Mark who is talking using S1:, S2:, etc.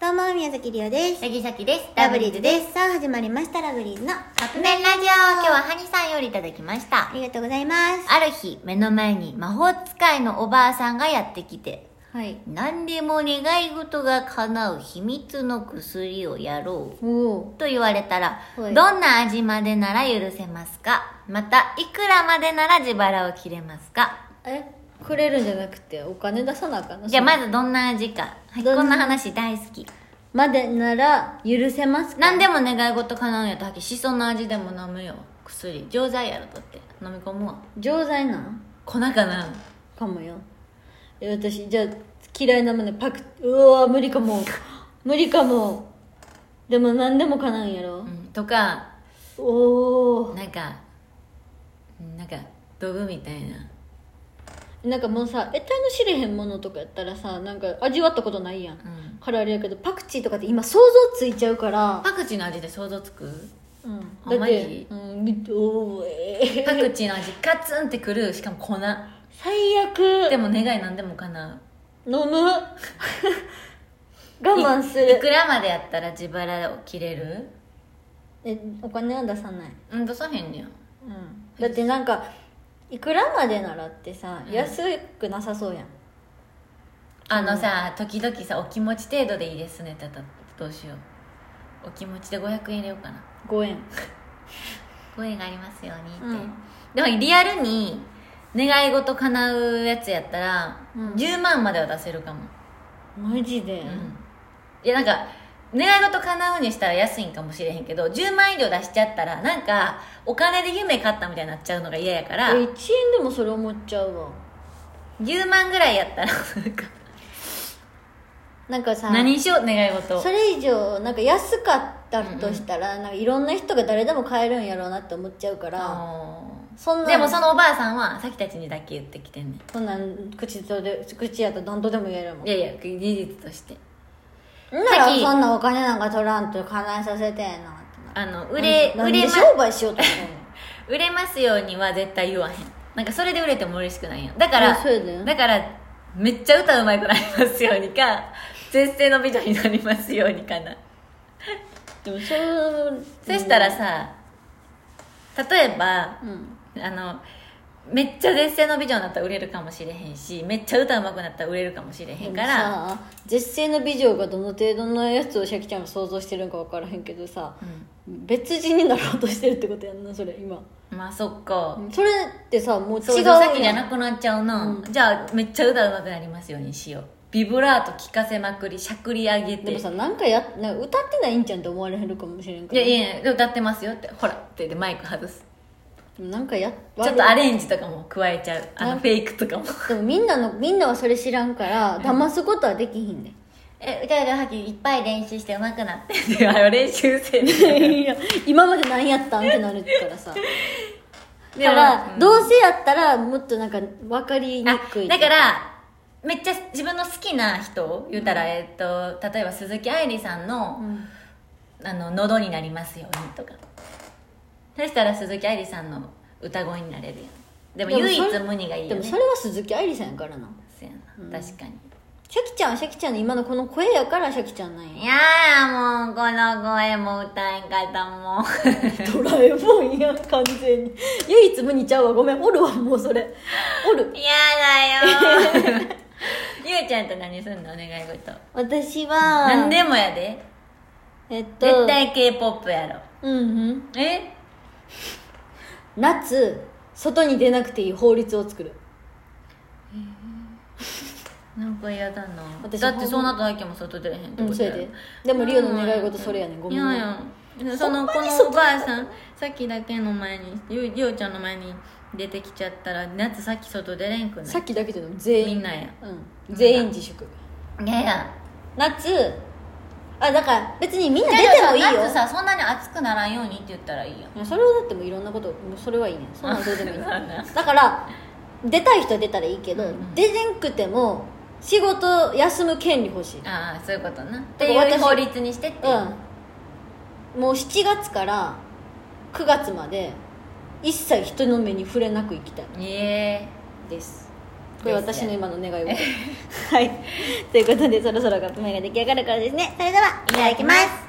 S1: どうも宮崎りおです
S2: 杉崎です
S1: ラブリーズですさあ始まりましたラブリーズの
S2: カップ麺ラジオ今日はハニさんよりいただきました
S1: ありがとうございます
S2: ある日目の前に魔法使いのおばあさんがやってきて
S1: はい
S2: 何でも願い事が叶う秘密の薬をやろ
S1: おお
S2: うと言われたら、
S1: はい
S2: どんな味までなら許せますかまたいくらまでなら自腹を切れますか
S1: えくれるんじゃなくてお金出さなあかんの
S2: じゃあまずどんな味か、はい、
S1: どんな
S2: こんな話大好き
S1: までなら許せますか
S2: 何でも願い事叶うんやったらしその味でも飲むよ薬錠剤やろだって飲み込むわ
S1: 錠剤なん
S2: 粉かな
S1: かもよえ私じゃあ嫌いなものパクうわ無理かも無理かもでも何でも叶うんやろ
S2: う、んとか
S1: おお
S2: なんかなんか道具みたいな
S1: なんかもうさ得体の知れへんものとかやったらさなんか味わったことないやん
S2: うん
S1: からあれやけどパクチーとかって今想像ついちゃうから、
S2: パクチーの味で想像つく
S1: うん、
S2: あ
S1: だ
S2: マ
S1: って
S2: ジ、
S1: うん、おーえ
S2: パクチーの味ガツンってくるしかも粉
S1: 最悪
S2: でも願い何でも叶
S1: 飲 む我
S2: う
S1: 慢す
S2: いい
S1: る
S2: くらまでやったら自腹を切れる
S1: えお金は出さない、
S2: うん出さへんねや
S1: うん、だってなんかいくらまでならってさ、
S2: うん
S1: 安くなさそうやん
S2: あのさ時々さお気持ち程度でいいですねたたどうしようお気持ちで500円入れようかな
S1: 5円
S2: ご縁がありますようにって、
S1: うん
S2: でもリアルに願い事叶うやつやったら、
S1: うん
S2: 10万までは出せるかも、
S1: マジで、
S2: うんいやなんか願い事叶うにしたら安いんかもしれへんけど10万以上出しちゃったらなんかお金で夢買ったみたいになっちゃうのが嫌やから
S1: え1円でもそれ思っちゃうわ
S2: 10万ぐらいやったらなんか
S1: なんかさ
S2: 何しよう願い事
S1: それ以上なんか安かったとしたら、なんかいろんな人が誰でも買えるんやろうなって思っちゃうから、
S2: あー
S1: そんなん
S2: でもそのおばあさんはさきたちにだけ言ってきてんね
S1: そんなん口とで口やと何とでも言えるもん
S2: んいやいや事実として
S1: んなら
S2: さっき
S1: そんなお金なんか取らんと叶えさせてえなってな
S2: あの売れ
S1: なんな
S2: 売
S1: ん
S2: れ
S1: で
S2: ま
S1: 商売しようと思うの
S2: 売れますようには絶対言わへんなんかそれで売れても嬉しくないやん だから
S1: うんそうやで
S2: だからめっちゃ歌うまいくなりますようにか絶世の美女になりますようにかな、
S1: でもそう
S2: そしたらさ例えば
S1: うん
S2: あのめっちゃ絶世の美女になったら売れるかもしれへんしめっちゃ歌うまくなったら売れるかもしれへ
S1: で
S2: ん
S1: も
S2: から
S1: さ絶世の美女がどの程度のやつをシャキちゃんが想像してるんか分からへんけどさ、別人になろうとしてるってことやんなそれ今
S2: まあそっか
S1: それってさもう違う
S2: 想像
S1: やん
S2: 先じゃなくなっちゃうな、
S1: うん
S2: じゃあめっちゃ歌うまくなりますようにしようビブラート聞かせまくりしゃくり上げて
S1: でもさなんかやなんか歌ってないんちゃうんって思われへんかもしれんか
S2: い
S1: ら
S2: やいやいや歌ってますよってほらって言ってマイク外す
S1: でもなんかや
S2: ちょっとアレンジとかも加えちゃうあ
S1: な
S2: のフェイクとかも
S1: でもみんなのみんなはそれ知らんから騙すことはできひんね
S2: え歌えるはきいっぱい練習して上手くなって あの練習生で
S1: いや今まで何やったんってなるからさだ
S2: で
S1: か
S2: も
S1: ら、
S2: うん
S1: どうせやったらもっとなんか分かりにくい
S2: あだからめっちゃ自分の好きな人言うたら、えっと例えば鈴木愛理さんの,、
S1: うん
S2: あの喉になりますようにとかそしたら鈴木愛理さんの歌声になれるやんでも
S1: でも
S2: 唯
S1: それ
S2: 一無二がいい
S1: で
S2: よね
S1: もそれは鈴木愛理さんやからな
S2: そうやな確かに、
S1: シャキちゃんはシャキちゃんの今のこの声やからシャキちゃんなん
S2: い
S1: や
S2: やーもうこの声も歌い方も
S1: ドラえもんや完全に唯一無二ちゃうわごめんおるわもうそれおる
S2: 嫌だ よーゆうちゃんと何すんのお願い事
S1: 私は
S2: 何でもやで
S1: えっと
S2: 絶対 k p o p やろ
S1: うんうん
S2: え
S1: 夏外に出なくていい法律を作る
S2: なんか嫌だな
S1: 私
S2: だってそうなっただけも外出れへんって
S1: う
S2: こ
S1: ん
S2: と
S1: それ
S2: やろ
S1: ででもリオの願い事それやねんごめん
S2: い
S1: ね
S2: やいやそのこのおばあさんさっきだけの前にゆうゆうちゃんの前に出てきちゃったら夏さっき外出れんくな
S1: さっ
S2: い
S1: きだけじゃなく全
S2: みん
S1: 員
S2: なや
S1: うん全員自粛
S2: いやいや
S1: 夏あだから別にみんな出てもいいよ
S2: 夏さそんなに暑くならんようにって言ったらいいやん
S1: いやそれはだってもういろんなこともうそれはいい ねんそんなんどうでもいい
S2: そうなんだ
S1: だから出たい人は出たらいいけど、
S2: うんうん
S1: 出てんくても仕事休む権利欲しい
S2: ああそういうことなっ
S1: だ
S2: て
S1: から
S2: いう
S1: 私
S2: 法律にしてっていう、
S1: うんもう7月から9月まで一切人の目に触れなく生きたい
S2: ええ
S1: ですこれ私の今の願い 事はいということでそろそろカップ麺が出来上がるからですねそれではいただきます